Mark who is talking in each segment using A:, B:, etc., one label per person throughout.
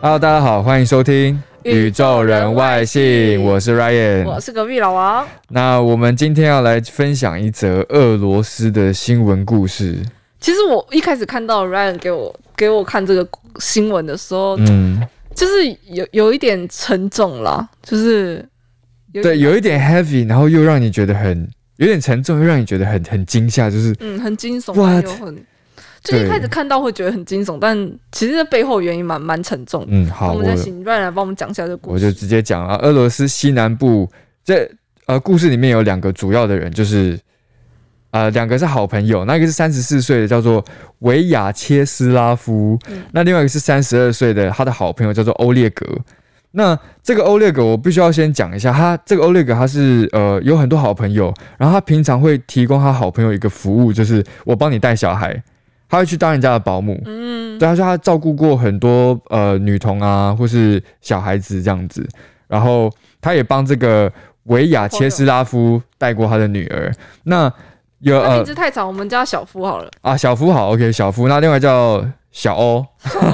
A: Hello，大家好，欢迎收听《宇
B: 宇
A: 宙
B: 宙
A: 人
B: 人
A: 外
B: 外
A: 星
B: 星》，
A: 我是 Ryan，
B: 我是隔壁老王。
A: 那我们今天要来分享一则俄罗斯的新闻故事。
B: 其实我一开始看到 Ryan 给我给我看这个新闻的时候，
A: 嗯，
B: 就是有有一点沉重啦，就是有
A: 对，有一点 heavy，然后又让你觉得很有点沉重，又让你觉得很很惊吓，就是
B: 嗯很惊悚，但
A: What？
B: 又很就一开始看到会觉得很惊悚，但其实这背后原因蛮蛮沉重的。
A: 嗯，
B: 那
A: 好，
B: 我
A: 我
B: 们再请 Ryan 来帮我们讲一下这个故
A: 我就
B: 事。
A: 直接讲了。俄罗斯西南部这呃故事里面有两个主要的人，就是呃两个是好朋友，那一个是三十四岁的叫做维亚切斯拉夫，
B: 嗯
A: 那另外一个是三十二岁的他的好朋友叫做欧列格。那这个欧列格，我必须要先讲一下，他这个欧列格他是呃有很多好朋友，然后他平常会提供他好朋友一个服务，就是我帮你带小孩，他会去当人家的保姆，
B: 嗯，
A: 对，他说他照顾过很多呃女童啊，或是小孩子这样子，然后他也帮这个维亚切斯拉夫带过他的女儿。那有
B: 那名
A: 呃
B: 字太长，我们叫小夫好了。
A: 啊小夫好，OK 小夫，那另外叫小欧，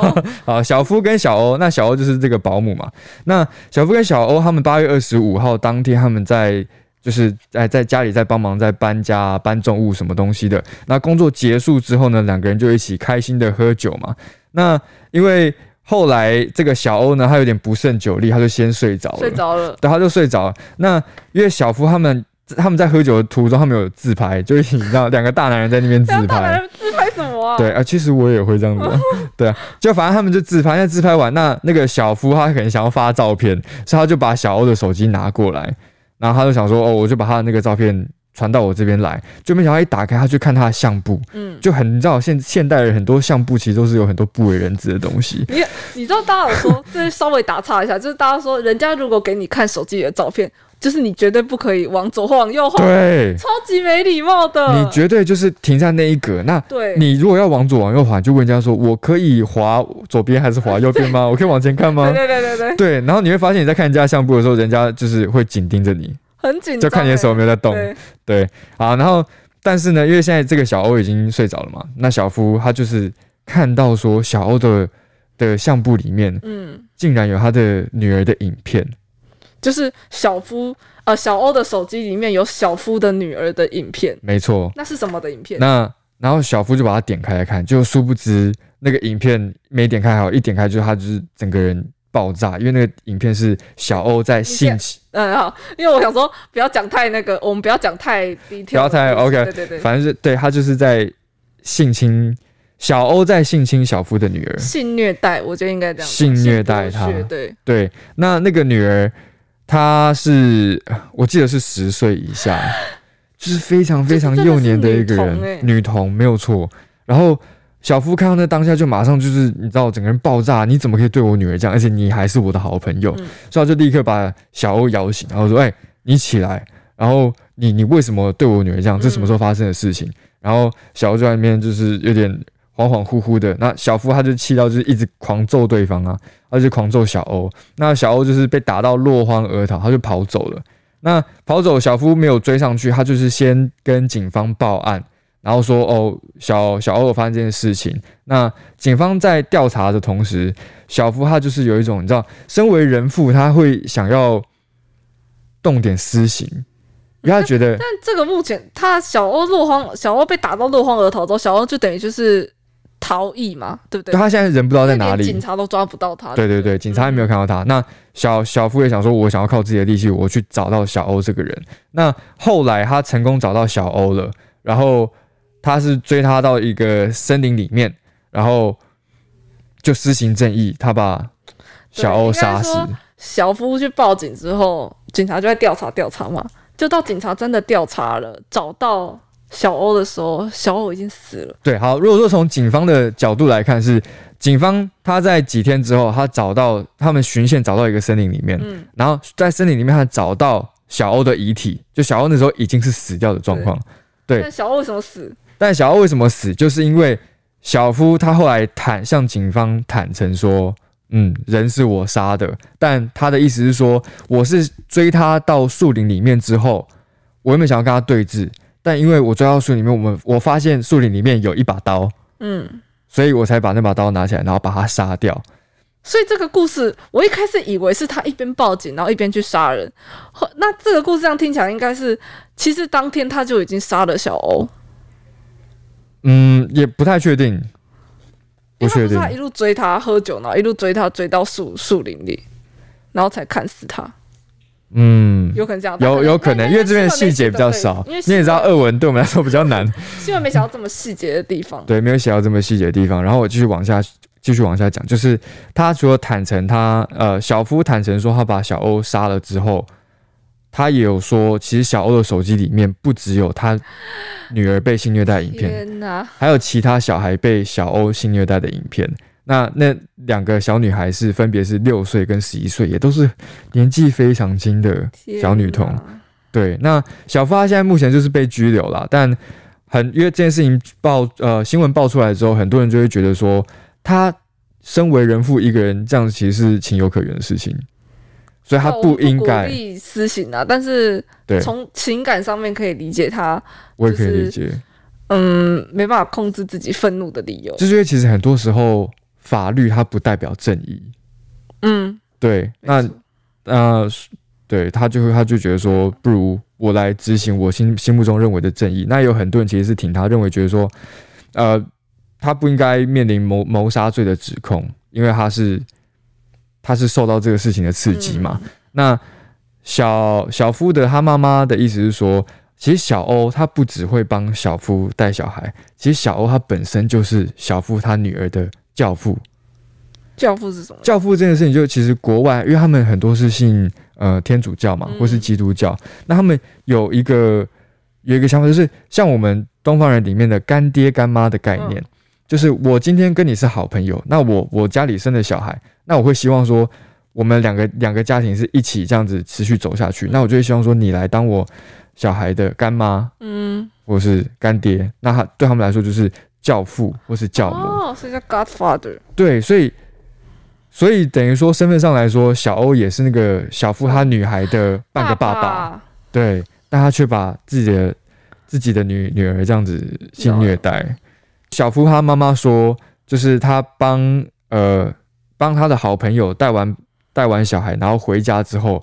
A: 好小夫跟小欧，那小欧就是这个保姆嘛。那小夫跟小欧他们八月二十五号当天他们在。就是在在家里在帮忙在搬家啊、搬重物什么东西的。那工作结束之后呢，两个人就一起开心的喝酒嘛。那因为后来这个小欧呢，他有点不胜酒力，他就先睡着了。
B: 睡着了，
A: 对，他就睡着了。那因为小夫他们他们在喝酒的途中，他们有自拍，就是你知道两个大男人在那 边自
B: 两啊大男
A: 拍。
B: 人自拍什么啊？
A: 对啊，其实我也会这样子啊、对啊，就反正他们就自拍，那自拍完，那那个小夫他可能想要发照片，所以他就把小欧的手机拿过来，然后他就想说，哦，我就把他的那个照片传到我这边来，就没想到一打开，他去看他的相簿，
B: 嗯，
A: 就很你知道现现代人很多相簿其实都是有很多不为人知的东 西，
B: 你你知道大家有 说，这稍微打岔一下，就是大家说，人家如果给你看手机里的照片，就是你绝对不可以往左或往右晃，
A: 对，
B: 超级没礼貌的。
A: 你绝对就是停在那一格，那
B: 对，
A: 你如果要往左往右滑，你就问人家说：“我可以滑左边还是滑右边吗？我可以往前看吗
B: 对对对对 对，？”
A: 对，然后你会发现你在看人家相簿的时候，人家就是会紧盯着你，
B: 很紧张欸，
A: 就看你的手有没有在动。
B: 对，
A: 对，好，然后但是呢，因为现在这个小欧已经睡着了嘛，那小夫他就是看到说小欧的的相簿里面
B: 嗯，
A: 竟然有他的女儿的影片，
B: 就是小夫呃小欧的手机里面有小夫的女儿的影片，
A: 没错。
B: 那是什么的影片？
A: 那然后小夫就把它点开来看，就殊不知那个影片没点开好，一点开就他就是整个人爆炸，因为那个影片是小欧在性侵，
B: 嗯，好，因为我想说不要讲太那个，我们不要讲太 detail，
A: 不要太
B: 的故事
A: OK，
B: 对对对，
A: 反正是对他就是在性侵小欧在性侵小夫的女儿，
B: 性虐待，我觉得应该这样讲，
A: 性虐待
B: 性剥削
A: 他
B: 对，
A: 对，那那个女儿她是我记得是十岁以下，就是非常非常
B: 就是真的
A: 幼年的
B: 是
A: 一
B: 女
A: 个
B: 童
A: 人，
B: 欸
A: 女童没有错。然后小夫看到那当下就马上就是你知道整个人爆炸，你怎么可以对我女儿这样？而且你还是我的好朋友，
B: 嗯
A: 所以他就立刻把小欧摇醒，然后说：“哎、你起来！然后你你为什么对我女儿这样？这什么时候发生的事情？”然后小欧就在那边就是有点恍恍惚惚的。那小夫他就气到就是一直狂揍对方啊，他就狂揍小欧。那小欧就是被打到落荒而逃，他就跑走了。那跑走，小夫没有追上去，他就是先跟警方报案，然后说哦，小小欧有发生这件事情。那警方在调查的同时，小夫他就是有一种你知道，身为人父，他会想要动点私刑，因为他觉得
B: 但这个目前他小欧落荒，小欧被打到落荒而逃之后，小欧就等于就是逃逸嘛，对不对
A: 对？他现在人不知道在哪
B: 因为
A: 里，
B: 连警察都抓不到他。
A: 对对对，警察也没有看到他。那小小夫也想说，我想要靠自己的力气，我去找到小欧这个人。那后来他成功找到小欧了，然后他是追他到一个森林里面，然后就施行正义，他把小欧杀死
B: 对应该。说小夫去报警之后，警察就在调查调查嘛。就到警察真的调查了，找到小欧的时候，小欧已经死了。
A: 对，好，如果说从警方的角度来看是，警方他在几天之后，他找到他们巡线找到一个森林里面，
B: 嗯
A: 然后在森林里面他找到小欧的遗体，就小欧那时候已经是死掉的状况。对
B: 但小欧为什么死？
A: 但小欧为什么死，就是因为小夫他后来坦向警方坦诚说，嗯，人是我杀的，但他的意思是说，我是追他到树林里面之后，我原本想要跟他对峙，但因为我追到树林里面，我们我发现树林里面有一把刀。
B: 嗯，
A: 所以我才把那把刀拿起来，然后把他杀掉。
B: 所以这个故事，我一开始以为是他一边报警，然后一边去杀人。后那这个故事这样听起来，应该是其实当天他就已经杀了小欧，
A: 嗯，也不太确定，
B: 因
A: 不确
B: 为他不是
A: 定
B: 他。一路追他喝酒，然后一路追他追到树树林里，然后才砍死他。
A: 嗯，
B: 有可能这样，
A: 有有可能，因为这边
B: 的
A: 细节比较少，你
B: 因为
A: 也
B: 新闻
A: 知道，俄文对我们来说比较难，
B: 新闻没想到这么细节的地方。
A: 对，没有写到这么细节的地方。然后我继续往下，继续往下讲，就是他除了坦诚他呃小夫坦诚说他把小欧杀了之后，他也有说，其实小欧的手机里面不只有他女儿被性虐待的影片，
B: 天哪，
A: 还有其他小孩被小欧性虐待的影片。那那两个小女孩是分别是六岁跟十一岁，也都是年纪非常轻的
B: 天
A: 小女童
B: 哪。
A: 对，那小发现在目前就是被拘留了，但很因为这件事情爆呃新闻爆出来之后，很多人就会觉得说，他身为人父一个人这样其实是情有可原的事情，所以他
B: 我
A: 不应
B: 鼓
A: 该。
B: 励私刑啊，但是
A: 对，
B: 从情感上面可以理解他，
A: 我也可以
B: 就是
A: 理解，
B: 嗯，没办法控制自己愤怒的理由。
A: 就是因为其实很多时候法律它不代表正义。
B: 嗯，
A: 对，那
B: 没错
A: 那对他就会他就觉得说，不如我来执行我心心目中认为的正义。那有很多人其实是挺他，认为觉得说，呃，他不应该面临谋谋杀罪的指控，因为他是他是受到这个事情的刺激嘛。
B: 嗯
A: 那小小夫的他妈妈的意思是说，其实小欧他不只会帮小夫带小孩，其实小欧他本身就是小夫他女儿的教父。
B: 教父是什么？
A: 教父这件事情，就其实国外，因为他们很多是信呃天主教嘛，
B: 嗯
A: 或是基督教，那他们有一个有一个想法，就是像我们东方人里面的干爹干妈的概念，
B: 嗯
A: 就是我今天跟你是好朋友，那我我家里生的小孩，那我会希望说。我们两个两个家庭是一起这样子持续走下去，那我就会希望说你来当我小孩的干妈
B: 嗯，
A: 或是干爹，那他对他们来说就是教父或是教母。
B: 哦，所以叫 Godfather。
A: 对，所以所以等于说身份上来说，小欧也是那个小夫他女孩的半个爸爸，
B: 爸，
A: 对，但他却把自己的自己的女女儿这样子性虐待。小夫他妈妈说，就是他帮呃帮他的好朋友带完带完小孩，然后回家之后。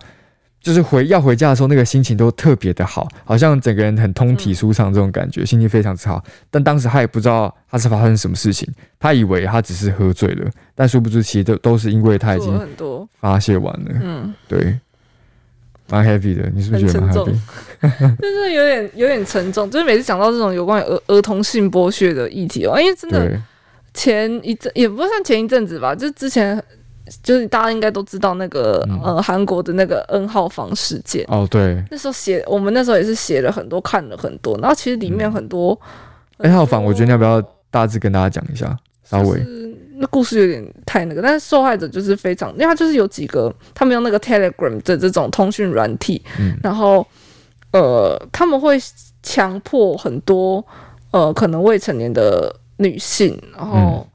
A: 就是回要回家的时候，那个心情都特别的好，好像整个人很通体舒畅这种感觉，心情非常之好。但当时他也不知道他是发生什么事情，他以为他只是喝醉了，但殊不知其实都都是因为他已
B: 做了
A: 经
B: 很多，
A: 发泄完了。
B: 嗯，
A: 对，蛮 happy 的，你是不是觉得蛮
B: 很沉
A: happy？
B: 重就是有点有点沉重，就是每次讲到这种有关于儿儿童性剥削的议题哦，因为真的
A: 对，
B: 前一阵也不算前一阵子吧，就之前就是大家应该都知道那个、
A: 嗯
B: 呃韩国的那个 N 号房事件，
A: 哦，对，
B: 那时候写我们那时候也是写了很多，看了很多，然后其实里面很多、
A: 哎，浩房，我觉得你要不要大致跟大家讲一下？稍微，
B: 呃就是那故事有点太那个，但是受害者就是非常，因为他就是有几个他们用那个 Telegram 的这种通讯软体，
A: 嗯
B: 然后呃他们会强迫很多呃可能未成年的女性，然后
A: 嗯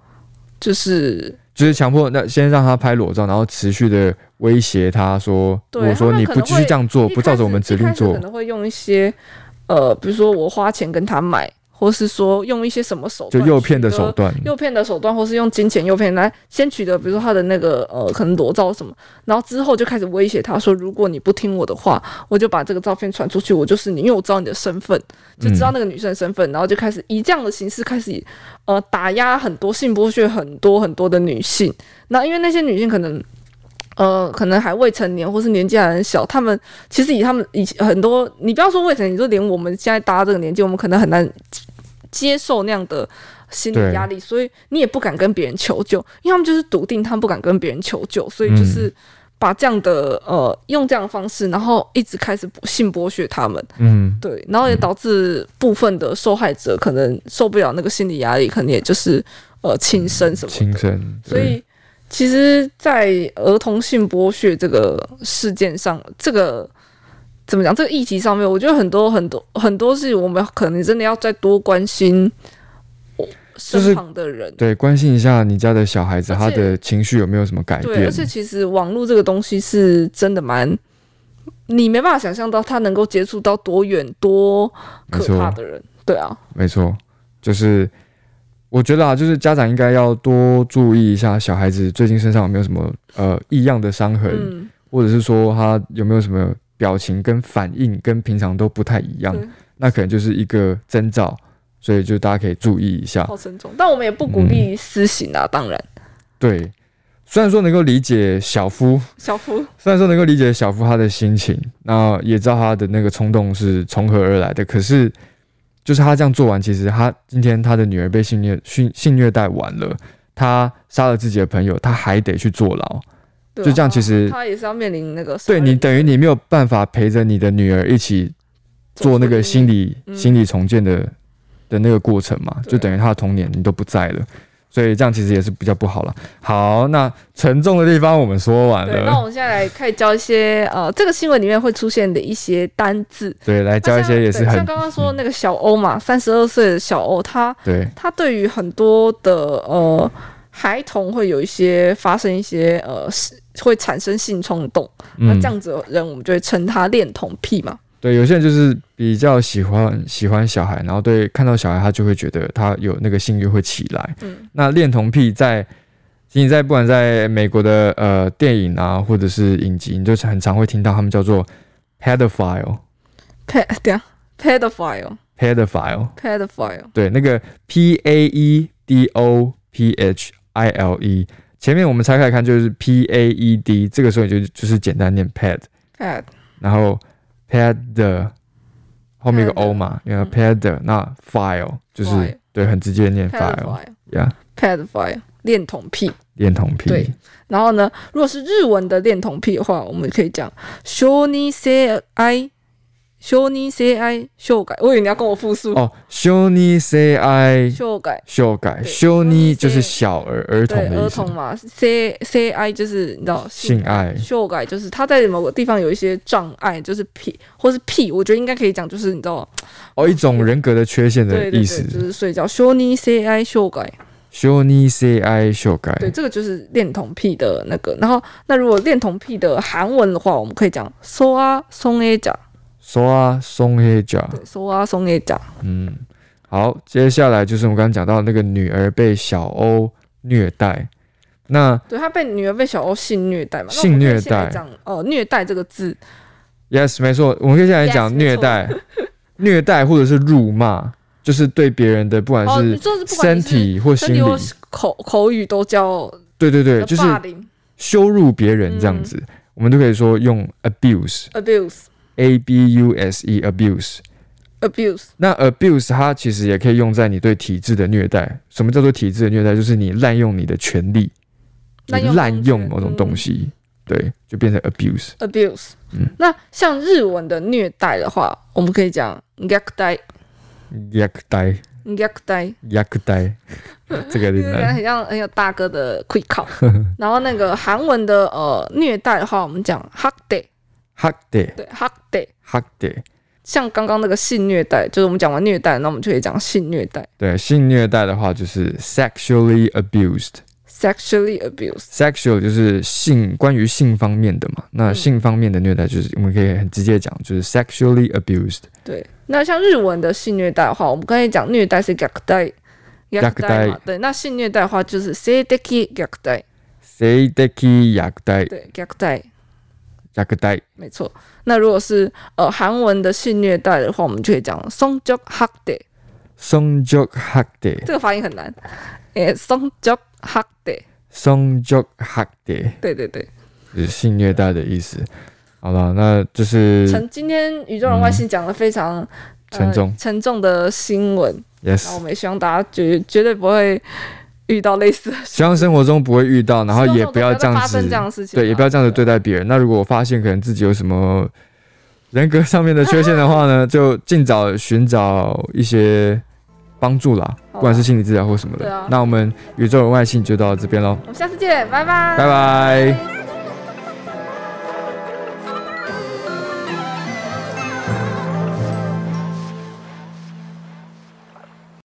B: 就是。
A: 就是强迫那先让他拍裸照，然后持续的威胁他说，
B: 对
A: 我说
B: 他们
A: 你
B: 可
A: 不
B: 能
A: 继续
B: 会
A: 这样做，
B: 一
A: 不照
B: 开
A: 着我们
B: 始
A: 指
B: 一
A: 令
B: 开始
A: 做
B: 可，能会用一些呃，比如说我花钱跟他买，或是说用一些什么手
A: 就
B: 段，
A: 诱骗的手。段，
B: 诱骗的手段，或是用金钱诱骗来先取得，比如说他的那个呃，可能裸照什么，然后之后就开始威胁他说，如果你不听我的话，我就把这个照片传出去，我就是你，因为我知道你的身份，就知道那个女生的身份，然后就开始以这样的形式开始呃打压很多性剥削很多很多的女性。那因为那些女性可能。呃，可能还未成年，或是年纪还很小，他们其实以他们以很多，你不要说未成年，你就连我们现在大家这个年纪，我们可能很难接受那样的心
A: 对
B: 理压力，所以你也不敢跟别人求救，因为他们就是笃定他们不敢跟别人求救，所以就是把这样的呃用这样的方式，然后一直开始性剥削他们，
A: 嗯，
B: 对，然后也导致部分的受害者可能受不了那个心理压力，可能也就是呃轻生什么的
A: 轻生，
B: 所
A: 对
B: 以，其实，在儿童性剥削这个事件上，这个怎么讲？这个议题上面，我觉得很多很多很多事情，我们可能真的要再多关心我
A: 是
B: 身旁的人。
A: 对关心一下你家的小孩子，
B: 而且
A: 他的情绪有没有什么改
B: 对，
A: 变
B: 而？且其实网络这个东西是真的蛮，你没办法想象到它能够接触到多远、多
A: 没
B: 可
A: 错
B: 怕的人。对啊，
A: 没错，就是我觉得啊，就是家长应该要多注意一下小孩子最近身上有没有什么呃异样的伤痕，
B: 嗯，
A: 或者是说他有没有什么表情跟反应跟平常都不太一样
B: 对，
A: 那可能就是一个征兆，所以就大家可以注意一下。
B: 好沉重。但我们也不鼓
A: 嗯
B: 励私刑啊，当然，
A: 对，虽然说能够理解小夫，
B: 小夫，
A: 虽然说能够理解小夫他的心情，那也知道他的那个冲动是从何而来的，可是就是他这样做完，其实他今天他的女儿被性虐性性虐待完了，他杀了自己的朋友，他还得去坐牢。
B: 对啊
A: 就这样其实
B: 他也是要面临那个杀
A: 对
B: 人
A: 你
B: 的
A: 等于你没有办法陪着你的女儿一起做那个心理
B: 嗯
A: 心理重建的的那个过程嘛，
B: 对
A: 就等于她的童年你都不在了，所以这样其实也是比较不好了。好，那沉重的地方我们说完
B: 对，那我
A: 了，
B: 们现在来开始教一些呃，这个新闻里面会出现的一些单字，
A: 对，来教一些也
B: 那
A: 是
B: 像对像
A: 很嗯
B: 刚刚说那个小欧嘛，三十二岁的小欧，他
A: 对，
B: 他对于很多的呃孩童会有一些发生一些呃是会产生性冲动，那
A: 嗯
B: 这，样子的人我们就会称他恋童癖嘛。
A: 对，有些人就是比较喜欢喜欢小孩，然后对看到小孩他就会觉得他有那个性欲会起来。
B: 嗯，
A: 那恋童癖在其实在不管在美国的呃电影啊，或者是影集，你就很常会听到他们叫做 pedophile
B: pe 等一下 pedophile
A: pedophile，
B: pedophile
A: 对，那个 p a e d o p h i l e，前面我们拆开来看就是 p a e d，这个时候你就就是简单念 ped，
B: ped
A: 然后 pad 的后面有个
B: pad
A: o 嘛，因为
B: 嗯
A: pad 的那 file 就是
B: file
A: 对，很直接念 file
B: pedophile
A: 呀，
B: pedophile 恋童癖。
A: 恋童癖，
B: 对然后呢，如果是日文的恋童癖的话，我们可以讲“小你谁爱，小你谁爱修改”。我以为你要跟我复述
A: 哦，修尼 c i
B: 修改。
A: 修改，
B: 对
A: 修尼就是
B: shoni
A: 小儿儿童
B: 对
A: 的
B: 儿
A: 意思
B: 童，嘛，C C I 就是你知道
A: 性爱
B: 修改就是他在某个地方有一些障碍，就是癖或是癖，我觉得应该可以讲就是你知道，
A: 哦，一种人格的缺陷
B: 对
A: 的
B: 对
A: 意
B: 对，就
A: 思，哎
B: 是睡觉。小你 C I 修改，
A: 修尼 c i 修改，
B: 对，这个就是恋童癖的那个。然后那如果恋童癖的韩文的话，我们可以讲“소아松 A 甲
A: 说啊松黑甲，”，
B: 对，“소아松 A 甲”。
A: 嗯，好，接下来就是我们刚刚讲到那个女儿被小欧虐待，那
B: 对他被女儿被小欧性虐待嘛？那我
A: 性
B: 们可以
A: 虐
B: 先来
A: 待
B: 讲呃虐待这个字，
A: Yes，没错，我们可以现在
B: Yes，
A: 讲
B: 没
A: 虐
B: 错
A: 待、虐待或者是辱骂，就是对别人的不管
B: 哦，你
A: 是
B: 就是不管
A: 身
B: 你是
A: 体或心
B: 身
A: 理，
B: 体或是口口语都叫
A: 对对对，就是
B: 霸凌
A: 羞辱别人这样子，我们都可以说用 abuse，a
B: abuse
A: b u s e abuse。
B: abuse
A: 那 abuse 它其实也可以用在你对体制的虐待。什么叫做体制的虐待？就是你滥用你的权利，你
B: 滥用
A: 滥用
B: 公权
A: 某种
B: 嗯
A: 东西，对，就变成 abuse。
B: abuse。
A: 嗯
B: 那像日文的虐待的话，我们可以讲 g a k d a i
A: 虐待，
B: g a k d a i
A: 虐 待，这个有
B: 就
A: 点
B: 是感觉
A: 难。
B: 很像很有大哥的 quick call。然后那个韩文的呃虐待的话，我们讲 hug day，
A: hot day，
B: 对 hug day。
A: hot day。
B: 像刚刚那个性虐待，就是我们讲完虐待，那我们就可以讲性虐待
A: 对，性虐待的话就是 sexually abused。
B: （sexually abuse）。
A: sexual 就是性，关于性方面的嘛。那
B: 嗯
A: 性方面的虐待就是我们可以很直接讲，就是 sexually abused。
B: 对，那像日文的性虐待的话，我们刚才讲虐待是虐待，虐待嘛
A: 虐待。
B: 对，那性虐待的话就是 s e d e k i 虐待，
A: 谁的 k 虐待，
B: 对，虐待，
A: 虐待，
B: 没错。那如果是呃韩文的性虐待的话，我们就可以讲 songjok h a k d
A: 성적 hot day，
B: 这个发音很难，诶，songjok h a k d
A: 성적 hot day
B: 对对对。
A: 就是性虐待的意思。好了，那就是
B: 陈今天宇宙人外星讲了非常、呃
A: 沉重
B: 沉重的新闻，那我
A: yes，
B: 们也希望大家绝绝对不会。遇到类似的事，
A: 希望生活中不会遇到，然后也不要这
B: 希望
A: 样
B: 说不要再发
A: 子，
B: 生这样的事情啊
A: 对，也不要这样子对待别人。那如果我发现可能自己有什么人格上面的缺陷的话 呢，就尽早寻找一些帮助啦，
B: 好
A: 不
B: 啊
A: 管是心理治疗或什么
B: 对
A: 的
B: 啊。
A: 那我们宇宙人外星就到这边喽，
B: 我们下次见，拜拜，
A: 拜拜。
B: 拜。